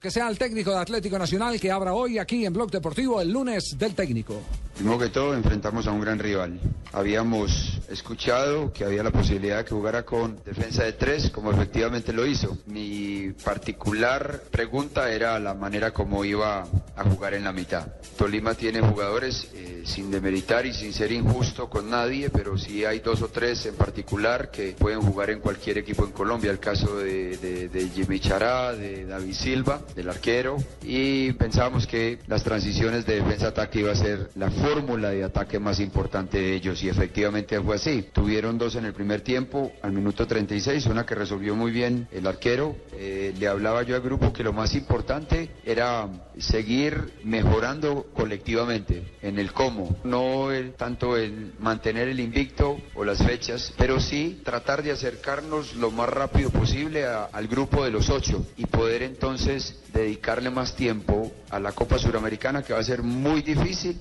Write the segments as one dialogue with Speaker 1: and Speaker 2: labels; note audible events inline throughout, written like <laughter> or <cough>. Speaker 1: Que sea el técnico de Atlético Nacional que abra hoy aquí en Blog Deportivo el lunes del técnico.
Speaker 2: Primero que todo, enfrentamos a un gran rival. Habíamos escuchado que había la posibilidad de que jugara con defensa de tres, como efectivamente lo hizo. Mi particular pregunta era la manera como iba a jugar en la mitad. Tolima tiene jugadores eh, sin demeritar y sin ser injusto con nadie, pero sí hay dos o tres en particular que pueden jugar en cualquier equipo en Colombia. El caso de, de, de Jimmy Chará, de David Silva, del arquero. Y pensábamos que las transiciones de defensa-ataque iba a ser la fórmula de ataque más importante de ellos y efectivamente fue así. Tuvieron dos en el primer tiempo, al minuto 36, una que resolvió muy bien el arquero. Eh, le hablaba yo al grupo que lo más importante era seguir mejorando colectivamente en el cómo, no el, tanto el mantener el invicto o las fechas, pero sí tratar de acercarnos lo más rápido posible a, al grupo de los ocho y poder entonces dedicarle más tiempo a la Copa Suramericana que va a ser muy difícil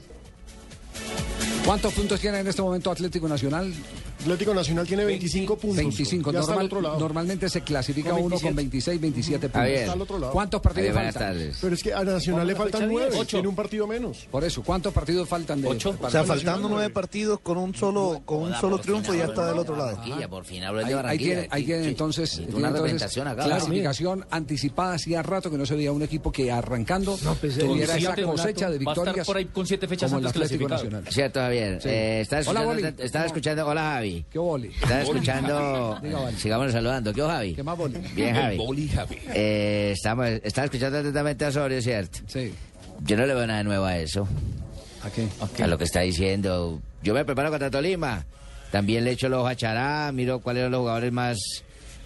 Speaker 1: ¿Cuántos puntos tiene en este momento Atlético Nacional?
Speaker 3: Atlético Nacional tiene 25 puntos.
Speaker 1: 25.
Speaker 3: Ya está
Speaker 1: Normal-
Speaker 3: al otro lado.
Speaker 1: Normalmente se clasifica
Speaker 3: Con
Speaker 1: uno con 26, 27 puntos.
Speaker 3: Está al otro lado.
Speaker 1: ¿Cuántos partidos
Speaker 4: Ahí, buenas
Speaker 1: faltan?
Speaker 4: tardes.
Speaker 3: Pero es que a Nacional le faltan nueve. Tiene un partido menos.
Speaker 1: Por eso, ¿cuántos partidos faltan de
Speaker 5: Ocho.
Speaker 1: para-
Speaker 6: O sea, faltando nueve partidos con un solo, con un solo triunfo ya está del otro lado.
Speaker 4: Barranquilla, por fin hablo
Speaker 1: Ah, Ahí,
Speaker 4: de
Speaker 1: ahí
Speaker 4: Barranquilla.
Speaker 1: tiene, ahí tiene
Speaker 4: Sí, sí.
Speaker 1: entonces,
Speaker 4: Necesito
Speaker 1: tiene
Speaker 4: una
Speaker 1: entonces
Speaker 4: representación acá.
Speaker 1: clasificación anticipada. Hacía rato que no se veía un equipo que arrancando
Speaker 5: pues,
Speaker 1: tuviera esa
Speaker 5: Siete,
Speaker 1: cosecha de
Speaker 5: va a estar
Speaker 1: victorias
Speaker 5: por ahí con siete fechas
Speaker 1: como el
Speaker 5: antes
Speaker 1: Atlético
Speaker 5: clasificado.
Speaker 1: Nacional.
Speaker 4: Cierto, Javier.
Speaker 1: Sí.
Speaker 4: Eh, estaba
Speaker 1: Hola,
Speaker 4: escuchando,
Speaker 1: Boli.
Speaker 4: estaba escuchando- Hola, Javi.
Speaker 1: ¿Qué boli?
Speaker 4: Estaba escuchando.
Speaker 1: <laughs> Diga, Boli.
Speaker 4: Sigamos saludando. ¿Qué, hubo, Javi?
Speaker 1: ¿Qué más boli?
Speaker 4: Bien, Javi. Eh, estamos, estaba escuchando atentamente a Osorio, ¿cierto?
Speaker 1: Sí.
Speaker 4: Yo no le veo nada nuevo a eso.
Speaker 1: ¿A qué?
Speaker 4: A lo que está diciendo. Yo me preparo contra Tolima. También le echo los a Chará, miro cuáles eran los jugadores más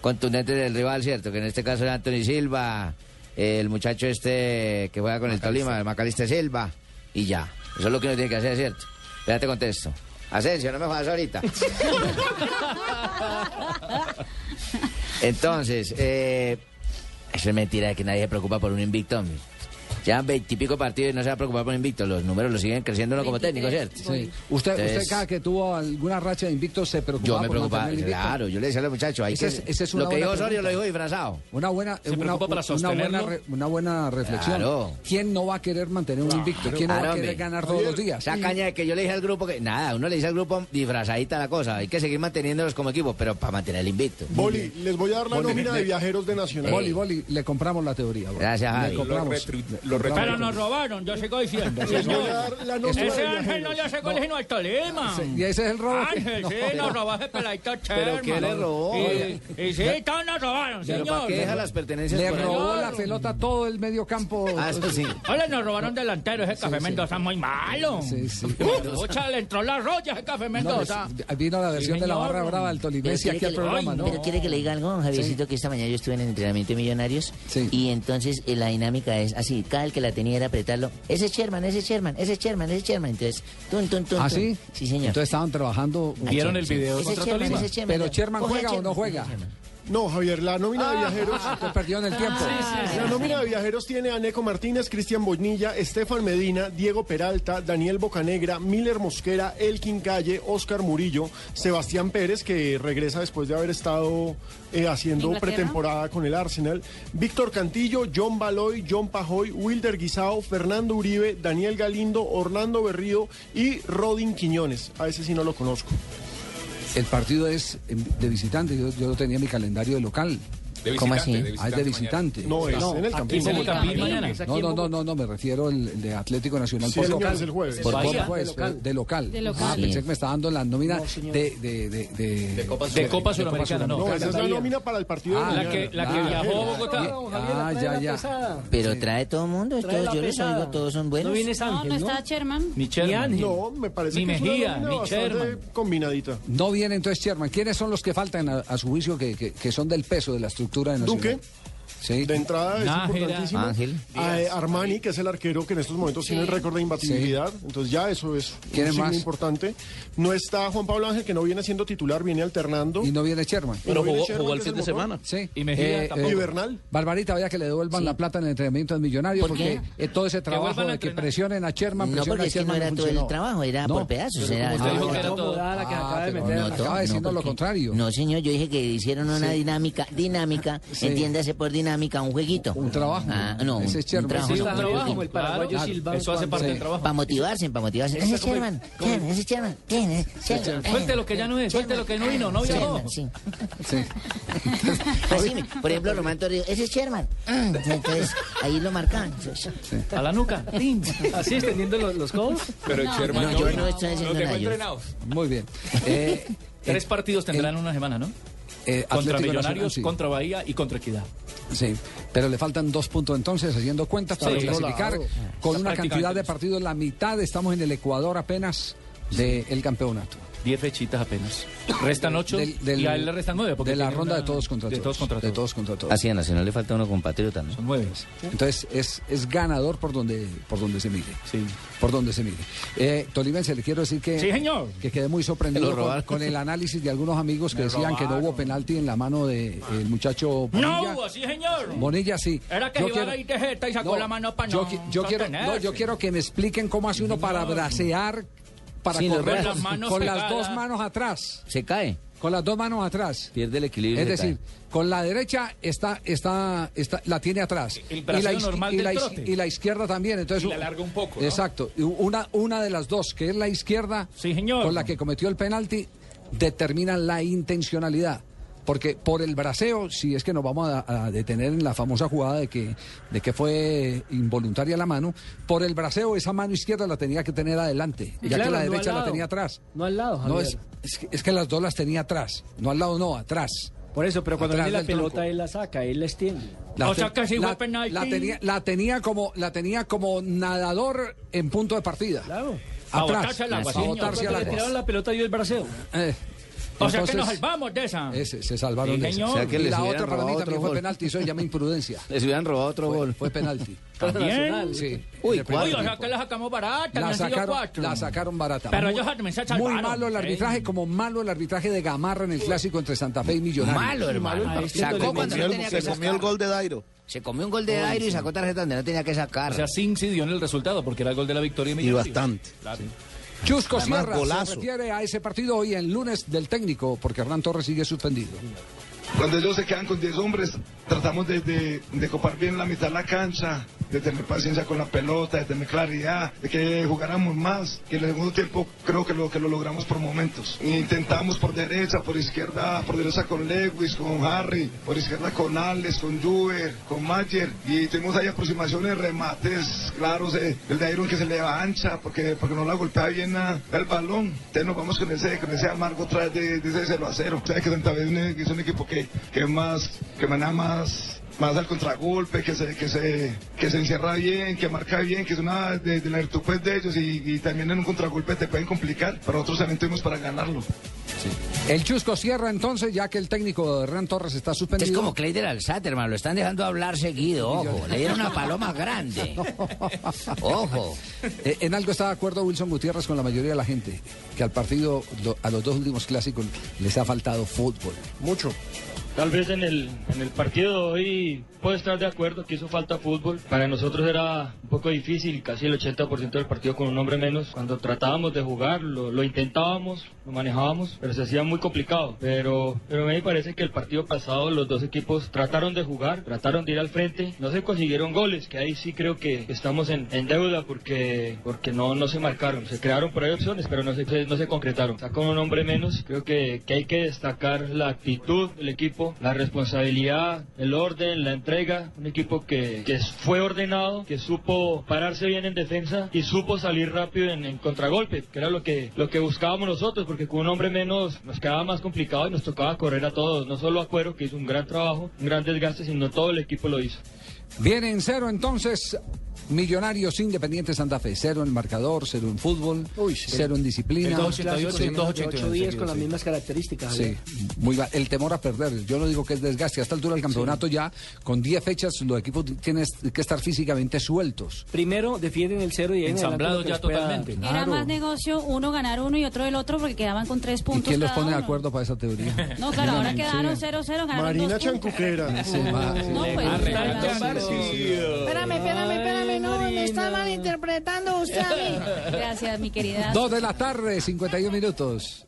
Speaker 4: contundentes del rival, ¿cierto? Que en este caso es Anthony Silva, eh, el muchacho este que juega con el Tolima, el Macalista Silva, y ya. Eso es lo que uno tiene que hacer, ¿cierto? Ya te contesto. Asensio, no me
Speaker 1: <laughs>
Speaker 4: jodas ahorita. Entonces, eh, eso es mentira de que nadie se preocupa por un invicto. hombre. Llevan veintipico partidos y no se va a preocupar por un invicto. Los números lo siguen creciendo uno como técnico, ¿cierto?
Speaker 1: Sí. Usted, usted
Speaker 4: Entonces,
Speaker 1: cada que tuvo alguna racha de invicto se preocupaba
Speaker 4: Yo me
Speaker 1: por
Speaker 4: preocupaba,
Speaker 1: mantener el invicto.
Speaker 4: claro, yo le decía a los muchachos, hay
Speaker 1: Esa
Speaker 4: que,
Speaker 1: es- esa es una
Speaker 4: lo que dijo
Speaker 1: buena
Speaker 4: Osorio
Speaker 1: pregunta.
Speaker 4: lo dijo disfrazado.
Speaker 1: Una buena,
Speaker 5: ¿Se
Speaker 1: una,
Speaker 5: preocupa para
Speaker 1: una buena,
Speaker 5: sostenerlo?
Speaker 1: re- una buena reflexión.
Speaker 4: Claro.
Speaker 1: ¿Quién no va a querer mantener un invicto? ¿Quién no va a
Speaker 4: Claro,
Speaker 1: querer
Speaker 4: hombre.
Speaker 1: ganar todos los días?
Speaker 4: Esa caña de que yo le dije al grupo que, nada, uno le dice al grupo disfrazadita la cosa, hay que seguir manteniéndolos como equipo, pero para mantener el invicto.
Speaker 3: Boli, les voy a dar la nómina de viajeros de Nacional.
Speaker 1: Boli, boli, le compramos la teoría. boli.
Speaker 4: Gracias,
Speaker 1: Le
Speaker 4: Javi.
Speaker 1: compramos. Le compramos.
Speaker 5: Pero nos robaron, yo sigo diciendo.
Speaker 3: Les voy a dar la nómina de
Speaker 5: Ese Ángel no
Speaker 3: viajeros.
Speaker 5: le hace goles sino al Tolima.
Speaker 1: Sí, y ese es el robo.
Speaker 5: Ángel,
Speaker 1: No.
Speaker 5: sí, nos robaste peladito
Speaker 4: ¿Pero qué le robó?
Speaker 5: Y, y sí, todos nos robaron,
Speaker 4: Pero ¿para
Speaker 5: señor.
Speaker 4: qué deja las pertenencias
Speaker 1: Le
Speaker 4: por ahí?
Speaker 1: robó la pelota todo el medio campo.
Speaker 4: Ah, eso sí.
Speaker 5: Hola, nos robaron delantero, ese Café Mendoza muy malo.
Speaker 1: Sí, sí.
Speaker 4: <laughs>
Speaker 5: Pucha, le entró la roya ese Café
Speaker 1: No,
Speaker 5: Mendoza.
Speaker 1: es- vino la versión
Speaker 5: Sí,
Speaker 1: de la
Speaker 5: señor.
Speaker 1: barra brava del
Speaker 4: Pero
Speaker 1: Tolimense
Speaker 4: quiere,
Speaker 1: aquí
Speaker 4: que
Speaker 1: al
Speaker 4: le,
Speaker 1: programa,
Speaker 4: Ay,
Speaker 1: ¿no?
Speaker 4: pero quiere que le diga algo, Javiercito, que esta mañana yo estuve en el entrenamiento de Millonarios
Speaker 1: Sí.
Speaker 4: y entonces eh, la dinámica es así, <laughs> cada el que la tenía era apretarlo, ese es Sherman, ese es Sherman, ese es Sherman, ese es Sherman, entonces, tun, tun, tun,
Speaker 1: ¿Ah,
Speaker 4: tun.
Speaker 1: sí?
Speaker 4: Sí, señor.
Speaker 1: Entonces estaban trabajando.
Speaker 4: Ah,
Speaker 5: ¿Vieron el
Speaker 4: sí. Ese
Speaker 5: video
Speaker 4: es
Speaker 5: contra
Speaker 4: Sherman,
Speaker 5: Tolima?
Speaker 4: ese es Sherman.
Speaker 1: Pero Sherman
Speaker 4: Coge a
Speaker 1: juega o no juega.
Speaker 4: Sherman.
Speaker 3: No, Javier, la nómina
Speaker 5: Ah.
Speaker 3: de viajeros.
Speaker 1: Se perdió en el tiempo.
Speaker 3: La nómina de viajeros tiene a Neco Martínez, Cristian Bonilla, Estefan Medina, Diego Peralta, Daniel Bocanegra, Miller Mosquera, Elkin Calle, Oscar Murillo, Sebastián Pérez, que regresa después de haber estado eh, haciendo
Speaker 7: ¿Inglaterra?
Speaker 3: pretemporada con el Arsenal, Víctor Cantillo, John Baloy, John Pajoy, Wilder Guisao, Fernando Uribe, Daniel Galindo, Orlando Berrío y Rodin Quiñones. A ese sí no lo conozco.
Speaker 1: El partido es eh, de visitante. Yo, yo lo tenía en mi calendario de local.
Speaker 7: ¿Cómo así?
Speaker 1: Ah, es de visitante.
Speaker 3: No, es en el Campín.
Speaker 5: en el Campín.
Speaker 1: No, no, no, no, no, me refiero al el de Atlético Nacional
Speaker 3: Sí,
Speaker 1: por
Speaker 3: señor,
Speaker 1: local.
Speaker 3: es el jueves.
Speaker 1: Por
Speaker 7: Bahía.
Speaker 1: Copa, pues, fue de local.
Speaker 8: De local.
Speaker 1: Ah,
Speaker 4: Sí.
Speaker 1: pensé que me está dando la nómina de, de, de, de,
Speaker 7: De Copa Sudamericana, no.
Speaker 3: No, esa es la nómina para el partido de
Speaker 1: Ah,
Speaker 5: La
Speaker 3: mañana.
Speaker 5: que, la que
Speaker 1: Ah,
Speaker 5: viajó a Bogotá.
Speaker 1: Ah, ya, ya.
Speaker 4: Pero trae todo el mundo, todos- yo les oigo, todos son buenos.
Speaker 8: No, no está Sherman.
Speaker 7: Ni Sherman.
Speaker 3: No, me parece
Speaker 7: Ni
Speaker 3: que
Speaker 7: Mejía,
Speaker 3: es una
Speaker 7: ni
Speaker 3: nómina bastante
Speaker 7: Sherman.
Speaker 3: combinadita.
Speaker 1: No viene entonces Sherman. ¿Quiénes son los que faltan a, a su juicio que, que, que son del peso de la estructura de Nacional?
Speaker 3: Duque.
Speaker 1: Sí.
Speaker 3: De entrada es
Speaker 7: Nájera,
Speaker 3: importantísimo.
Speaker 4: Ángel.
Speaker 3: Ah, eh, Armani, que es el arquero que en estos momentos tiene el récord de imbatibilidad. Entonces ya eso es
Speaker 1: ¿Quién
Speaker 3: un
Speaker 1: es
Speaker 3: signo
Speaker 1: más?
Speaker 3: importante. No está Juan Pablo Ángel, que no viene siendo titular, viene alternando.
Speaker 1: Y no viene Sherman.
Speaker 3: Pero
Speaker 6: Pero
Speaker 3: viene
Speaker 6: jugó,
Speaker 3: Sherman,
Speaker 6: jugó el
Speaker 3: que
Speaker 6: fin
Speaker 3: es
Speaker 6: de
Speaker 3: el motor.
Speaker 6: semana.
Speaker 1: Sí. Eh,
Speaker 7: Y Mejía tampoco.
Speaker 3: Y Bernal.
Speaker 1: Barbarita, vaya que le devuelvan la plata en el entrenamiento del millonario,
Speaker 4: ¿Por
Speaker 1: porque eh, todo ese trabajo
Speaker 7: vuelvan a
Speaker 1: de que
Speaker 7: entrenar.
Speaker 1: presionen a Sherman,
Speaker 4: No,
Speaker 1: presionen
Speaker 4: porque
Speaker 1: a
Speaker 4: es que no
Speaker 1: Sherman,
Speaker 4: era todo el
Speaker 1: funcionó.
Speaker 4: trabajo, era
Speaker 1: No.
Speaker 4: por pedazos. Era,
Speaker 7: usted
Speaker 4: era-
Speaker 7: dijo que era todo.
Speaker 1: Ah, pero
Speaker 4: No,
Speaker 1: acaba
Speaker 4: todo,
Speaker 1: de decirnos
Speaker 4: no,
Speaker 1: lo
Speaker 4: porque-
Speaker 1: contrario.
Speaker 4: No, señor, yo dije que hicieron una
Speaker 1: Sí.
Speaker 4: dinámica, dinámica,
Speaker 1: <laughs> Sí.
Speaker 4: entiéndase por dinámica, un jueguito.
Speaker 1: Un trabajo.
Speaker 4: Ah, no,
Speaker 1: Ese es
Speaker 4: un,
Speaker 1: Sherman.
Speaker 4: trabajo,
Speaker 1: Ese
Speaker 4: no,
Speaker 1: es
Speaker 4: un
Speaker 1: trabajo,
Speaker 4: jueguito.
Speaker 1: el paraguayo
Speaker 7: Claro,
Speaker 1: Silván
Speaker 7: Eso hace
Speaker 1: cuando-
Speaker 7: parte
Speaker 1: Sí.
Speaker 7: del trabajo.
Speaker 4: Para motivarse, para motivarse. Ese es Sherman, Sherman, ese es Sherman, ¿quién es Sherman?
Speaker 7: Suelte lo que ya no es, suelte lo que no vino, no viajó.
Speaker 4: Sherman, sí.
Speaker 1: Eh,
Speaker 4: <laughs>
Speaker 1: Sí.
Speaker 4: Así, por ejemplo, Román Torrijos, ese es Sherman. Mm, Entonces, ahí lo marcaban. Entonces,
Speaker 7: A la nuca. Tin. Así extendiendo los, los codos.
Speaker 8: Pero
Speaker 4: no, yo no estoy haciendo nada. yo-
Speaker 7: <laughs>
Speaker 1: Muy bien. Eh,
Speaker 7: Tres
Speaker 1: eh,
Speaker 7: partidos tendrán una semana, ¿no?
Speaker 1: eh,
Speaker 7: Contra
Speaker 1: Atlético Nacional,
Speaker 7: Millonarios,
Speaker 1: sí.
Speaker 7: contra Bahía y contra Equidad.
Speaker 1: Sí, pero le faltan dos puntos entonces, haciendo cuentas para
Speaker 7: Sí,
Speaker 1: clasificar
Speaker 7: claro.
Speaker 1: con
Speaker 7: Está
Speaker 1: una cantidad de
Speaker 7: prácticamente.
Speaker 1: partidos, la mitad estamos en el Ecuador apenas del campeonato.
Speaker 7: Diez fechitas apenas. Restan ocho
Speaker 1: Del- del-
Speaker 7: y a él le restan nueve. porque
Speaker 1: de la
Speaker 7: tiene
Speaker 1: ronda
Speaker 7: una-
Speaker 1: de todos contra
Speaker 7: de
Speaker 1: todos.
Speaker 7: todos contra
Speaker 1: de
Speaker 7: todos.
Speaker 1: todos contra todos.
Speaker 4: Así Ah, a Nacional le falta uno compatriota, ¿no?
Speaker 7: Son nueve.
Speaker 1: Entonces es, es ganador por donde, por donde se mire.
Speaker 7: Sí.
Speaker 1: Por donde se mire. Eh, Tolimense, le quiero decir que,
Speaker 5: Sí, señor.
Speaker 1: que quedé muy sorprendido con, con el análisis de algunos amigos que decían que no hubo penalti en la mano del muchacho Bonilla.
Speaker 5: No, así señor.
Speaker 1: Bonilla sí.
Speaker 5: Era que
Speaker 1: Yo
Speaker 5: iba a la ITJ y sacó la mano para
Speaker 1: yo,
Speaker 5: no
Speaker 1: qui- yo quiero, no, yo
Speaker 5: sostenerse.
Speaker 1: quiero que me expliquen cómo hace uno para bracear, para
Speaker 4: Sí, los
Speaker 1: correr
Speaker 4: brazos.
Speaker 1: con,
Speaker 5: Con las manos
Speaker 1: con las
Speaker 5: pegadas.
Speaker 1: dos manos atrás.
Speaker 4: Se cae,
Speaker 1: Con las dos manos atrás.
Speaker 4: pierde el equilibrio.
Speaker 1: Es
Speaker 4: se
Speaker 1: decir,
Speaker 4: cae.
Speaker 1: con la derecha está, está, está, la tiene atrás.
Speaker 7: El braceo
Speaker 1: la, isqui-
Speaker 7: normal
Speaker 1: y,
Speaker 7: del
Speaker 1: la, is-
Speaker 7: trote.
Speaker 1: y la izquierda también. Entonces,
Speaker 7: Y la alarga un poco, ¿no?
Speaker 1: Exacto. Y Una, una de las dos, que es la izquierda,
Speaker 5: Sí, señor.
Speaker 1: con la que cometió el penalti, determina la intencionalidad. Porque por el braseo, si es que nos vamos a, a detener en la famosa jugada de que, de que fue involuntaria la mano, por el braseo esa mano izquierda la tenía que tener adelante, ya que la derecha la tenía atrás. No al lado. No, es, es que- es que las dos las tenía atrás. No al lado, no, atrás.
Speaker 7: Por eso, pero
Speaker 1: cuando Atrás viene la del pelota, tronco.
Speaker 7: él la saca, él la extiende.
Speaker 1: La
Speaker 5: O
Speaker 1: te-
Speaker 5: sea que sí fue
Speaker 1: la,
Speaker 5: penalti.
Speaker 1: la tenía, la tenía como la tenía como nadador en punto de partida.
Speaker 5: Pa'
Speaker 1: Atrás,
Speaker 5: botarse al agua,
Speaker 1: pa'
Speaker 5: sí,
Speaker 1: botarse
Speaker 5: señor.
Speaker 1: al agua.
Speaker 7: la pelota dio el braceo.
Speaker 1: Eh,
Speaker 5: O sea que
Speaker 1: entonces,
Speaker 5: nos salvamos de esa.
Speaker 1: ese, se salvaron
Speaker 5: Sí,
Speaker 1: de esa.
Speaker 5: señor. O sea
Speaker 4: que
Speaker 1: y
Speaker 4: les
Speaker 1: la
Speaker 4: hubieran
Speaker 1: otra para mí
Speaker 4: robado
Speaker 1: también
Speaker 4: otro
Speaker 1: fue
Speaker 4: gol.
Speaker 1: penalti, eso se llama imprudencia.
Speaker 4: Les hubieran robado otro
Speaker 1: Fue,
Speaker 4: <laughs> gol.
Speaker 1: fue penalti.
Speaker 5: <laughs> También.
Speaker 1: Sí.
Speaker 4: Uy,
Speaker 1: de
Speaker 4: ¿cuál?
Speaker 1: penalti.
Speaker 5: Uy, o sea que la sacamos barata,
Speaker 1: La
Speaker 5: han sido
Speaker 1: sacaron,
Speaker 5: cuatro.
Speaker 1: la sacaron barata.
Speaker 5: Pero
Speaker 1: muy,
Speaker 5: ellos también se
Speaker 1: muy
Speaker 5: salvaron,
Speaker 1: malo el
Speaker 5: sí.
Speaker 1: arbitraje, como malo el arbitraje de Gamarra en el clásico entre Santa Fe y Millonarios.
Speaker 4: Malo, hermano. Sacó cuando no tenía que
Speaker 6: Se comió
Speaker 4: sacar.
Speaker 6: el gol de Dairo.
Speaker 4: Se comió un gol de Dairo y sacó tarjeta donde no tenía que sacar.
Speaker 7: O sea, sí incidió en el resultado porque era el gol de la victoria. de
Speaker 6: Y
Speaker 7: Millonarios.
Speaker 6: bastante.
Speaker 1: Chusco
Speaker 6: Además,
Speaker 1: Sierra se
Speaker 6: golazo.
Speaker 1: refiere a ese partido hoy en lunes del técnico, porque Hernán Torres sigue suspendido.
Speaker 2: Cuando ellos se quedan con 10 hombres, tratamos de, de- de copar bien la mitad de la cancha, de tener paciencia con la pelota, de tener claridad, de que jugáramos más. Y en el segundo tiempo creo que lo, que lo logramos por momentos. Intentamos por derecha, por izquierda, por derecha con Lewis, con Harry, por izquierda con Alex, con Juber, con Mayer. Y tuvimos ahí aproximaciones, remates claros, eh, el de Iron que se le va ancha porque, porque no la golpea bien a- el balón. Entonces nos vamos con ese, con ese amargo otra vez de, de ese 0 a 0. O sea que Santa Fe es un- es un equipo que, que es más, que maneja más más al contragolpe, que se, que se, que se encierra bien, que marca bien, que es una de, de la virtud pues, de ellos y, y también en un contragolpe te pueden complicar, pero nosotros también tuvimos para ganarlo.
Speaker 1: El Chusco cierra entonces, ya que el técnico Hernán Torres está
Speaker 4: Este es
Speaker 1: suspendido.
Speaker 4: como Clayder Alzate, hermano. Lo están dejando hablar seguido. Ojo, le dieron una paloma
Speaker 6: <laughs>
Speaker 4: grande. Ojo.
Speaker 1: Eh, en algo está de acuerdo Wilson Gutiérrez con la mayoría de la gente, que al partido, lo- a los dos últimos clásicos, les ha faltado fútbol.
Speaker 3: Mucho.
Speaker 5: Tal vez en el, en el partido de hoy puedo estar de acuerdo que hizo falta fútbol. Para nosotros era un poco difícil, casi el 80% del partido con un hombre menos. Cuando tratábamos de jugar, lo, lo intentábamos, lo manejábamos, pero se hacía muy complicado. Pero, pero me parece que el partido pasado los dos equipos trataron de jugar, trataron de ir al frente, no se consiguieron goles, que ahí sí creo que estamos en, en deuda porque, porque no, no se marcaron. Se crearon por ahí opciones, pero no se, no se concretaron. Está con un hombre menos, creo que, que hay que destacar la actitud del equipo equipo, la responsabilidad, el orden, la entrega, un equipo que, que fue ordenado, que supo pararse bien en defensa y supo salir rápido en, en contragolpe, que era lo que, lo que buscábamos nosotros, porque con un hombre menos nos quedaba más complicado y nos tocaba correr a todos, no solo a Cuero, que hizo un gran trabajo, un gran desgaste, sino todo el equipo lo hizo.
Speaker 1: Viene en cero entonces. Millonarios Independiente Santa Fe, cero en marcador, cero en fútbol,
Speaker 7: Uy, sí.
Speaker 1: cero en disciplina.
Speaker 7: El 288,
Speaker 1: Sí,
Speaker 7: el 288,
Speaker 8: 8-10 con las
Speaker 7: sí.
Speaker 8: mismas características.
Speaker 1: Sí,
Speaker 8: Javier.
Speaker 1: muy mal. El temor a perder. Yo no digo que es desgaste. A esta altura del campeonato ya, con 10 fechas, los equipos tienen que estar físicamente sueltos.
Speaker 8: Primero defienden el cero y ahí en adelante pues,
Speaker 7: Ensamblado
Speaker 8: lo que
Speaker 7: ya
Speaker 8: les pueda-
Speaker 7: totalmente.
Speaker 9: Era
Speaker 1: Claro.
Speaker 9: más negocio uno ganar uno y otro el otro porque quedaban con tres
Speaker 1: ¿Y
Speaker 9: puntos.
Speaker 1: quién los
Speaker 9: cada
Speaker 1: pone de
Speaker 9: uno.
Speaker 1: acuerdo para esa
Speaker 7: <laughs>
Speaker 1: teoría?
Speaker 9: No, claro, ahora quedaron 0-0, ganaron
Speaker 3: Marina
Speaker 9: dos puntos.
Speaker 3: Chancuquera.
Speaker 1: Sí, ma- sí.
Speaker 9: No, pues,
Speaker 7: Arreglando
Speaker 9: claro.
Speaker 8: Espérame, espérame, espérame, no, me está malinterpretando usted a mí.
Speaker 9: Gracias, mi querida.
Speaker 1: Dos de la tarde, 51 minutos.